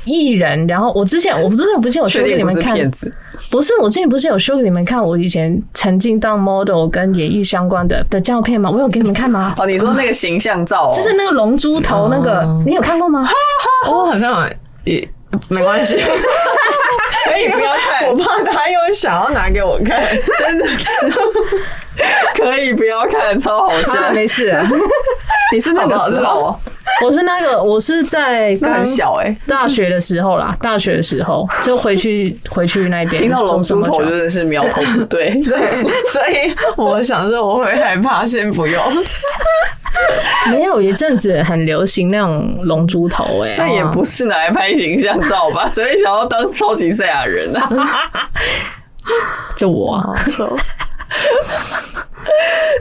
Speaker 4: 艺人，然后我之前我之前不是有
Speaker 3: 确
Speaker 4: 说给
Speaker 3: 定
Speaker 4: 你
Speaker 3: 不
Speaker 4: 们
Speaker 3: 是
Speaker 4: 看，
Speaker 3: 骗子？
Speaker 4: 不是，我之前不是有 show 给你们看我以前曾经当 model 跟演艺相关的的照片吗？我有给你们看吗？
Speaker 3: 哦，你说那个形象照、哦，哦
Speaker 4: 就是那个龙珠头那个，你有看过吗？
Speaker 2: 我哦好像也没关 <laughs> 系，
Speaker 3: 可以不要看
Speaker 2: 我，怕他又想要拿给我看。
Speaker 3: 真的是可以不要看，超好笑。
Speaker 4: 啊，没
Speaker 3: <laughs>
Speaker 4: 事、啊，
Speaker 3: 你是那个时候哦，
Speaker 4: 我是那个，我是在
Speaker 3: 那
Speaker 4: 刚
Speaker 3: 很小哎、
Speaker 4: 大学的时候啦，大学的时候就
Speaker 3: <laughs>
Speaker 4: 回去回去那边
Speaker 3: 听到龙
Speaker 4: 做什
Speaker 3: 珠
Speaker 4: 么
Speaker 3: 头
Speaker 4: 酒
Speaker 3: 真的是苗头不对，
Speaker 2: 所以我想说我会害怕，先不用。
Speaker 4: 没有一阵子很流行那种龙珠头、欸，
Speaker 3: 但也不是拿来拍形象照吧？谁会想要当超级赛亚人啊？
Speaker 4: 就我啊。
Speaker 3: 哦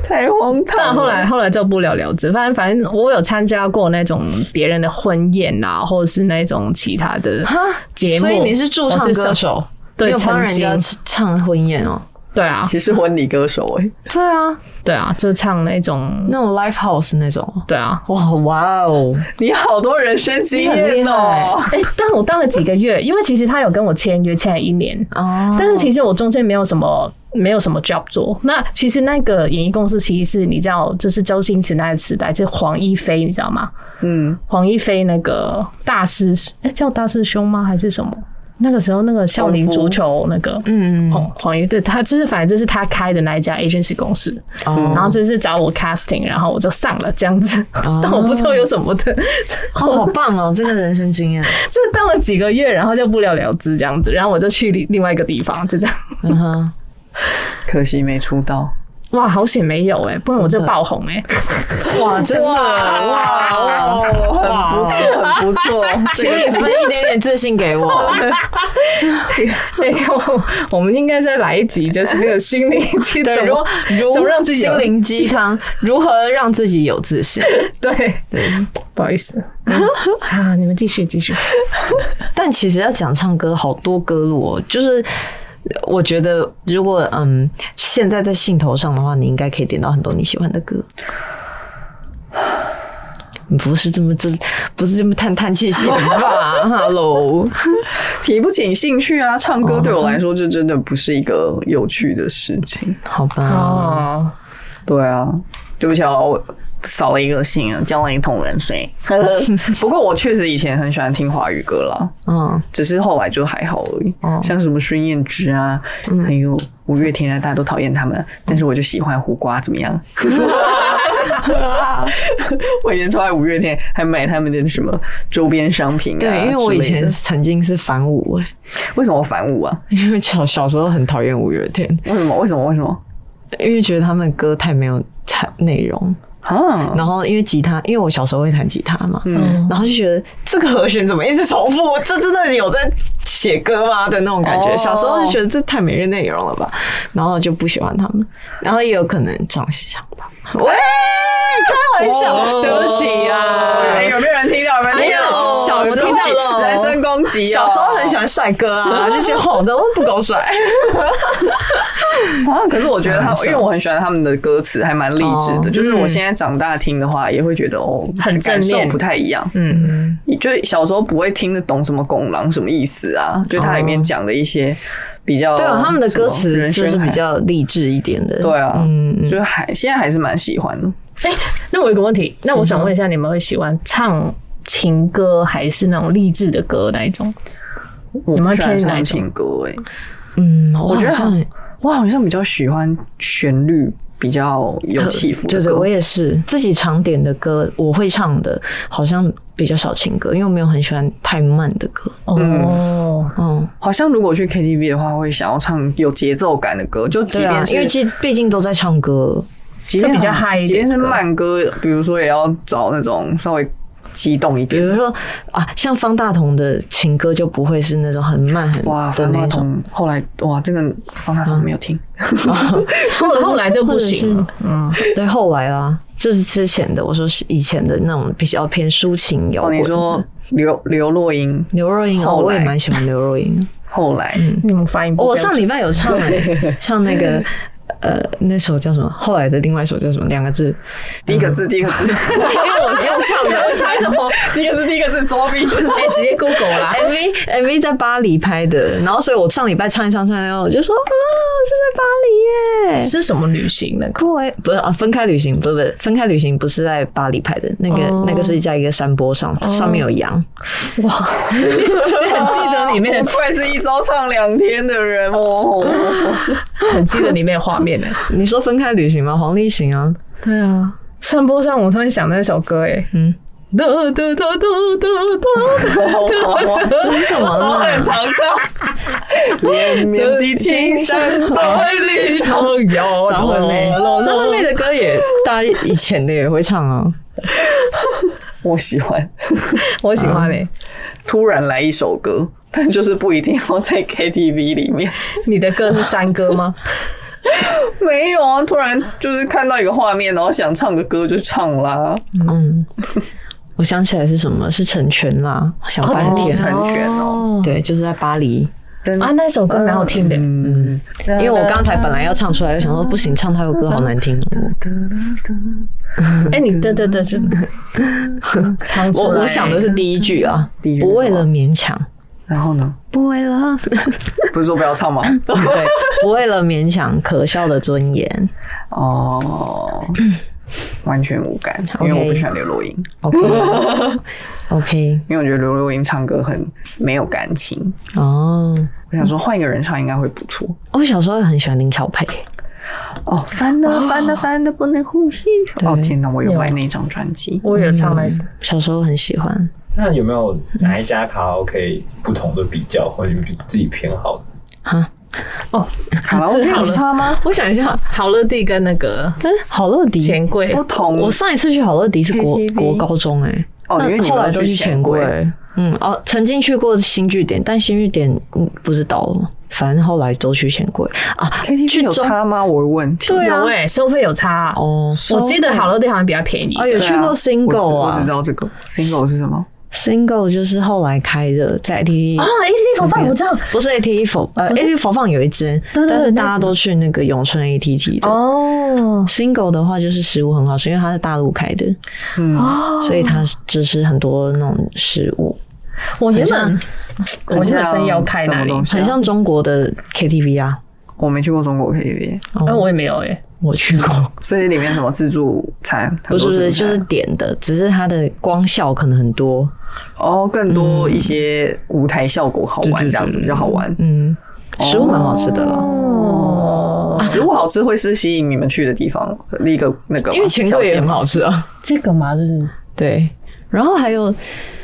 Speaker 3: 太荒唐了！
Speaker 4: <laughs> 但后来后来就不了了之。反正反正我有参加过那种别人的婚宴啊，或者是那种其他的节目。
Speaker 2: 所以你是驻唱
Speaker 4: 我
Speaker 2: 歌
Speaker 4: 上？
Speaker 2: 手，你
Speaker 4: 对
Speaker 2: 有帮
Speaker 4: 曾
Speaker 2: 人家
Speaker 4: 经
Speaker 2: 唱婚宴哦。
Speaker 4: 对啊，
Speaker 3: 其实婚礼歌手哎、
Speaker 2: 对啊，
Speaker 4: 对啊，就唱那种。
Speaker 2: 那种 live house 那种。
Speaker 4: 对啊，
Speaker 2: 哇哇哦！
Speaker 3: 你好多人生经验哦、
Speaker 4: 哎、但我当了几个月，因为其实他有跟我签约，签了一年。
Speaker 2: 哦，
Speaker 4: 但是其实我中间没有什么没有什么 job 做。那其实那个演艺公司其实是你知道，就是周星驰那个时代，就是黄一飞，你知道吗？
Speaker 3: 嗯，
Speaker 4: 黄一飞那个大师，哎、叫大师兄吗？还是什么？那个时候那个少林足球那个，嗯，黄黄一对他就是反正就是他开的那一家 agency 公司，然后就是找我 casting，然后我就上了这样子， <laughs> 但我不知道有什么的， <laughs>
Speaker 2: 哦，好棒哦，真的人生经验。
Speaker 4: 这当了几个月，然后就不了了之这样子，然后我就去另另外一个地方，就这样。
Speaker 2: 嗯哼，
Speaker 3: 可惜没出道。
Speaker 4: 哇，好险没有哎、不然我就
Speaker 2: 真的
Speaker 4: 爆红哎、
Speaker 2: <laughs> 哇，真的哇
Speaker 3: 哇，很不错，很不错。
Speaker 2: 请你分一点点自信给我。
Speaker 4: <laughs> 哎、我我们应该再来一集，就是那个心 <laughs> 灵
Speaker 2: <laughs> <laughs>
Speaker 4: 鸡
Speaker 2: 对，
Speaker 4: 怎
Speaker 2: 如
Speaker 4: 么
Speaker 2: 如
Speaker 4: 怎么让自己有
Speaker 2: 心灵鸡汤，如何让自己有自信？
Speaker 4: 对
Speaker 2: 对，
Speaker 4: 不好意 <laughs> 思，啊，你们继续继续。
Speaker 2: 但其实要讲唱歌，好多歌路、哦，就是。我觉得，如果嗯，现在在兴头上的话，你应该可以点到很多你喜欢的歌。 <sighs> 不是这么这，不是这么叹叹气气的吧 <laughs> ？Hello，
Speaker 3: 提不起兴趣啊，唱
Speaker 2: 哦
Speaker 3: 歌对我来说，这真的不是一个有趣的事情。
Speaker 2: 好吧，
Speaker 4: 哦，
Speaker 3: 对啊，对不起啊，我少了一个姓啊，浇了一桶冷水。 <laughs> 不过我确实以前很喜欢听华语歌啦，
Speaker 2: 嗯，
Speaker 3: 只是后来就还好而已。
Speaker 2: 哦
Speaker 3: 像什么孙燕姿啊，
Speaker 2: 嗯
Speaker 3: 还有五月天啊，大家都讨厌他们，但是我就喜欢胡瓜，怎么样？ <laughs> 我以前超爱五月天，还买他们的什么周边商品啊之类的。
Speaker 2: 对，因为我以前曾经是反舞、欸，
Speaker 3: 为什么我反五啊？
Speaker 2: 因为小小时候很讨厌五月天，
Speaker 3: 为什么？为什么？为什么？
Speaker 2: 因为觉得他们歌太没有太内容。
Speaker 3: 啊，
Speaker 2: 然后因为吉他，因为我小时候会弹吉他嘛，
Speaker 4: 嗯
Speaker 2: 然后就觉得这个和弦怎么一直重复？这真的有在写歌吗的那种感觉？
Speaker 3: 哦
Speaker 2: 小时候就觉得这太没内容了吧，然后就不喜欢他们，然后也有可能长相吧。喂，开玩笑，
Speaker 4: 哦
Speaker 2: 对不起呀、
Speaker 3: 哎有没有人听到？有没有人听到？
Speaker 2: 哎呦
Speaker 3: 小时候
Speaker 2: 我听到了
Speaker 3: 人身攻击哦，
Speaker 2: 小时候很喜欢帅哥啊，就觉得好的不
Speaker 3: <laughs>
Speaker 2: 够帅。
Speaker 3: 啊，可是我觉得他
Speaker 2: 蛮，像
Speaker 3: 因为我很喜欢他们的歌词，还蛮励志的。
Speaker 2: 哦
Speaker 3: 就是我现在长大听的话，也会觉得哦，
Speaker 4: 很正
Speaker 3: 感受
Speaker 4: 面
Speaker 3: 不太一样。
Speaker 2: 嗯，
Speaker 3: 就小时候不会听得懂什么拱狼什么意思啊，就它里面讲的一些比较
Speaker 2: 对啊，他们的歌
Speaker 3: 哦什么
Speaker 2: 词
Speaker 3: 人
Speaker 2: 就
Speaker 3: 生
Speaker 2: 是比
Speaker 3: 海
Speaker 2: 较励志一点的。
Speaker 3: 对啊，
Speaker 2: 嗯
Speaker 3: 嗯，就还现在还是蛮喜欢的。
Speaker 4: 哎、那我有个问题，那我想问一下，你们会喜欢唱情歌还是那种励志的歌那一种？
Speaker 3: 我
Speaker 4: 你
Speaker 3: 不
Speaker 4: 们会
Speaker 3: 喜欢
Speaker 4: 偏哪
Speaker 3: 唱
Speaker 4: 一种
Speaker 3: 情歌哎、
Speaker 2: 嗯，我
Speaker 3: 我觉
Speaker 2: 觉
Speaker 3: 得
Speaker 2: 得
Speaker 3: 好我好像比较喜欢旋律比较有起伏
Speaker 2: 对
Speaker 3: 的
Speaker 2: 对，
Speaker 3: 歌
Speaker 2: 我。也是自己常点的歌，我会唱的，好像比较少情歌，因为我没有很喜欢太慢的歌。
Speaker 4: 哦，
Speaker 2: 嗯，
Speaker 3: 好像如果去 KTV 的话，会想要唱有节奏感的歌，就即
Speaker 2: 对啊
Speaker 3: 便，是
Speaker 2: 因为毕毕竟都在唱歌。
Speaker 3: 即便
Speaker 4: 就比较
Speaker 3: 好
Speaker 4: 嗨一
Speaker 3: 即便
Speaker 4: 点
Speaker 3: 是
Speaker 4: 的歌
Speaker 3: 慢歌，比如说也要找那种稍微激动一
Speaker 2: 比
Speaker 3: 点。
Speaker 2: 如说啊，像方大同的情歌就不会是那种很慢很
Speaker 3: 哇，
Speaker 2: 的
Speaker 3: 方大
Speaker 2: 那种，
Speaker 3: 同后来哇，这个方大同没有听，
Speaker 4: 嗯后后来就不行
Speaker 2: 或
Speaker 4: 了。嗯，
Speaker 2: 对，后来啦，就是之前的，我说是以前的那种比较偏抒情摇
Speaker 3: 哦，
Speaker 2: 滚。
Speaker 3: 你说刘刘若英
Speaker 2: 刘若英哦，
Speaker 3: 后来
Speaker 2: 我也蛮喜欢刘若英的。
Speaker 3: 后来
Speaker 4: 你们发音不
Speaker 2: 哦我
Speaker 4: 标准
Speaker 2: 上礼拜有唱、欸，唱那个呃那首叫什么？后来的另外一首叫什么？两个字。
Speaker 3: 第一个
Speaker 4: 嗯
Speaker 3: 字，第一个
Speaker 4: <laughs>
Speaker 3: 字，
Speaker 4: 因为我没有唱 <laughs>
Speaker 2: <laughs>
Speaker 4: 的，我猜什么？
Speaker 3: 第一个字，第一个字，作弊。
Speaker 4: 哎、直接 Google <laughs> 啦。
Speaker 2: MV MV 在巴黎拍的，然后所以我上礼拜唱一唱唱一唱，我就说啊是在巴黎耶。
Speaker 4: 是什么旅行 <laughs> 的？
Speaker 2: 酷哎，不是啊，分开旅行，不是不是，分开旅行不是在巴黎拍的，那个、
Speaker 4: 哦
Speaker 2: 那个是在一个山坡上，上面有羊。
Speaker 4: 你很记得 <laughs> 里面
Speaker 3: 我
Speaker 4: 的，
Speaker 3: 愧是一周唱两天的人哦。
Speaker 4: 很记得里面的画面呢。
Speaker 2: 你说分开旅行吗？黄立行啊，
Speaker 4: 对啊，山坡上我突然想那首歌，哎，
Speaker 2: 嗯，
Speaker 4: 哒哒哒哒哒
Speaker 2: 啊
Speaker 4: 哒哒哒，什么
Speaker 3: 我很常唱，绵绵的青
Speaker 2: <laughs>
Speaker 3: 山
Speaker 4: 百里长遥。
Speaker 2: 张惠妹，张惠妹的歌也大家以前的也会唱啊。
Speaker 3: 我喜欢。
Speaker 4: 我喜欢欸嘞，
Speaker 3: 突然来一首歌，但就是不一定要在 KTV 里面。
Speaker 4: 你的歌是山歌吗？
Speaker 3: 没有啊，突然就是看到一个画面，然后想唱个歌就唱啦。
Speaker 2: 嗯，我想起来是什么？是成全啦，想
Speaker 4: 哦
Speaker 2: 半
Speaker 3: 哦
Speaker 2: 天。
Speaker 3: 成全
Speaker 4: 哦。
Speaker 2: 啊对，就是在巴黎，
Speaker 4: 啊，那首歌蛮好听的，
Speaker 3: 嗯，因
Speaker 2: 因为我刚才本来要唱出来，又想说不行，唱他的歌好难听哦。
Speaker 4: 哎，你哒哒哒是唱出
Speaker 2: 我
Speaker 4: 来
Speaker 2: 我想的是第一句啊
Speaker 3: 第一，句是
Speaker 2: 不为
Speaker 3: 什么
Speaker 2: 了勉强，
Speaker 3: 然后呢？
Speaker 2: 不为了
Speaker 3: 不是说不要唱吗？
Speaker 2: 对，不为了勉强，可笑的尊严。
Speaker 3: 哦，完全无感，因
Speaker 2: OK
Speaker 3: 为我不喜欢刘若英， <laughs>
Speaker 2: OK OK
Speaker 3: 因为我觉得刘若英唱歌很没有感情。
Speaker 2: 哦，
Speaker 3: 我想说换一个人唱应该会不错。
Speaker 2: 我小时候很喜欢林巧佩，
Speaker 3: 哦，翻了翻了翻了，不能呼吸。哦天哪，我有买那张专辑。
Speaker 4: 我也
Speaker 2: 嗯
Speaker 4: 唱那首。
Speaker 2: 小时候很喜欢。
Speaker 6: 那有没有哪一家卡拉 OK 不同的比较，或者你们自己偏好的？
Speaker 3: 卡
Speaker 4: <laughs>
Speaker 3: 拉 OK 有差吗？
Speaker 2: 我想一下，
Speaker 4: 好乐蒂跟那个
Speaker 2: 嗯，好乐迪，
Speaker 4: 钱柜
Speaker 3: 不同。
Speaker 2: 我上一次去好乐迪是国
Speaker 3: KTV
Speaker 2: 国高中哎、欸，
Speaker 3: 哦
Speaker 2: 那
Speaker 3: 因为你们
Speaker 2: 后来
Speaker 3: 都
Speaker 2: 都
Speaker 3: 去
Speaker 2: 去
Speaker 3: 钱
Speaker 2: 钱
Speaker 3: 柜
Speaker 2: 柜欸。嗯，哦，曾经去过新据点，但新据点嗯不知道了，反正后来都去钱柜啊。
Speaker 3: KTV
Speaker 2: 去
Speaker 3: 有
Speaker 2: 中
Speaker 3: 差吗？我的问题。
Speaker 2: 对啊
Speaker 4: 有，哎，收费有差哦。
Speaker 2: 哦，
Speaker 4: 我记得好乐蒂好像比较便宜。
Speaker 2: 啊有
Speaker 3: 对啊
Speaker 2: 去过 single
Speaker 3: 我只我只
Speaker 2: 啊
Speaker 3: 知道这个 single 是什么。
Speaker 2: ，single 就是后来开的，在 ATT
Speaker 4: 啊，A T 头发我知道。
Speaker 2: 不是 ATT 否呃 ATT 否放有一支，
Speaker 4: 对对
Speaker 2: 但是
Speaker 4: 那
Speaker 2: 大家都去那个永春 ATT 的。
Speaker 4: 哦
Speaker 2: single 的话就是食物很好吃，因为它是大陆开的，
Speaker 3: 嗯，
Speaker 4: 哦
Speaker 2: 所以它就是很多那种食物，
Speaker 4: 我原本我原
Speaker 3: 现
Speaker 4: 本是要开哪里？
Speaker 3: 啊
Speaker 2: 很像中国的 KTV 啊。
Speaker 3: 我没去过中国 KTV，
Speaker 2: 哦
Speaker 4: 哎，我也没有哎。
Speaker 2: 我去过，
Speaker 3: 所以里面什么自助餐？
Speaker 2: 不是不
Speaker 3: 很多
Speaker 2: 是，
Speaker 3: 自助餐
Speaker 2: 就是点的，只是它的光效可能很多。
Speaker 3: 哦，更多一些舞台效果好玩，
Speaker 2: 嗯对对对
Speaker 3: 这样子比较好玩。
Speaker 2: 嗯，食物蛮好吃的了，
Speaker 4: 哦，
Speaker 3: 食物好吃会是吸引你们去的地方，一个那个吗
Speaker 2: 因为钱柜也很。
Speaker 3: 条件
Speaker 2: 好吃啊。
Speaker 4: 这个嘛，就是
Speaker 2: 对，然后还有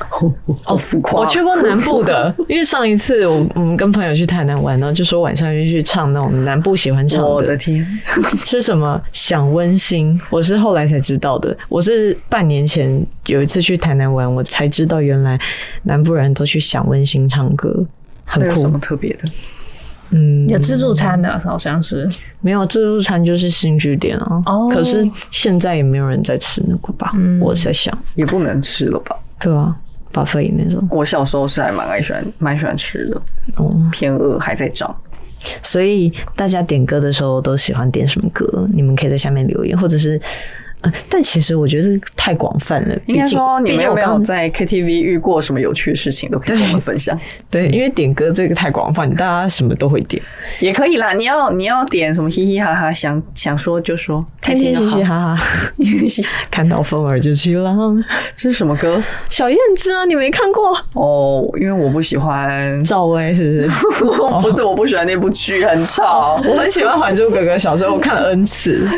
Speaker 3: 好浮夸。
Speaker 2: 哦我去过南部的，因为上一次我我们跟朋友去台南玩，然后就说晚上就去唱那种南部喜欢唱
Speaker 3: <laughs> 我
Speaker 2: 的
Speaker 3: 的，天，
Speaker 2: 是什么？想温馨，我是后来才知道的。我是半年前有一次去台南玩，我才知道原来南部人都去想温馨唱歌，很
Speaker 3: 那有
Speaker 2: 酷
Speaker 3: 什。么特别的？
Speaker 2: 嗯，
Speaker 4: 有自助餐的，好像是
Speaker 2: 没有自助餐就是新据点啊。
Speaker 4: 哦
Speaker 2: 可是现在也没有人在吃那个吧？
Speaker 4: 嗯
Speaker 2: 我在想，
Speaker 3: 也不能吃了吧？
Speaker 2: 对啊，巴菲那种。
Speaker 3: 我小时候是还蛮爱喜欢，蛮喜欢吃的，
Speaker 2: 哦，
Speaker 3: 偏饿还在长。
Speaker 2: 所以大家点歌的时候都喜欢点什么歌？你们可以在下面留言，或者是。呃但其实我觉得太广泛了，
Speaker 3: 应该
Speaker 2: 毕竟
Speaker 3: 说，你
Speaker 2: 毕
Speaker 3: 们
Speaker 2: 竟
Speaker 3: 有
Speaker 2: 我
Speaker 3: 没
Speaker 2: 刚
Speaker 3: 有在 <laughs> KTV 遇过什么有趣的事情，都可以跟我们分享，
Speaker 2: 对，因为点歌这个太广泛，大家什么都会 <laughs> 点。
Speaker 3: 也可以啦。你要你要点什么嘻嘻哈哈，想想说就说，
Speaker 2: 天天嘻
Speaker 3: <laughs>
Speaker 2: 嘻
Speaker 3: 哈
Speaker 2: 哈哈，
Speaker 3: 哈。
Speaker 2: 看到风儿就起浪。
Speaker 3: 这是什么歌？
Speaker 2: 小燕子啊，你没看过？
Speaker 3: 哦，因为我不喜欢， <laughs>
Speaker 2: 赵薇是不 <laughs> 是？
Speaker 3: 不是我不喜欢那部剧，很吵，
Speaker 2: 我很喜欢《还珠格格》，小时候我看了 N 次。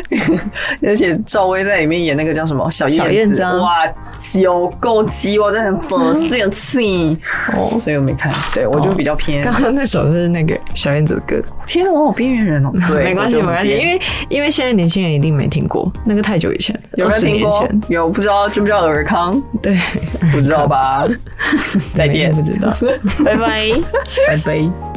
Speaker 3: 而且赵薇在里面演那个叫什么小燕
Speaker 2: 小燕子啊
Speaker 3: 哇，有够鸡，我真的 <laughs> 很恶心气。哦，所以我没看，对我就比较偏
Speaker 2: 刚。刚那首是那个小燕子的歌，
Speaker 3: 天啊，我好边缘人哦。 <laughs> 对，
Speaker 2: 没关系，
Speaker 3: 我
Speaker 2: 没
Speaker 3: 就很
Speaker 2: 关系，
Speaker 3: 边
Speaker 2: 因为因为现在年轻人一定没听过，那个太久以前，
Speaker 3: 有
Speaker 2: 二
Speaker 3: 没有
Speaker 2: 十
Speaker 3: 听
Speaker 2: 年
Speaker 3: 过
Speaker 2: 前，？
Speaker 3: 有不知道知不知道尔康？
Speaker 2: 对， <laughs>
Speaker 3: 不知道吧？再见
Speaker 2: 不，知道，
Speaker 3: 拜拜。
Speaker 2: 拜拜。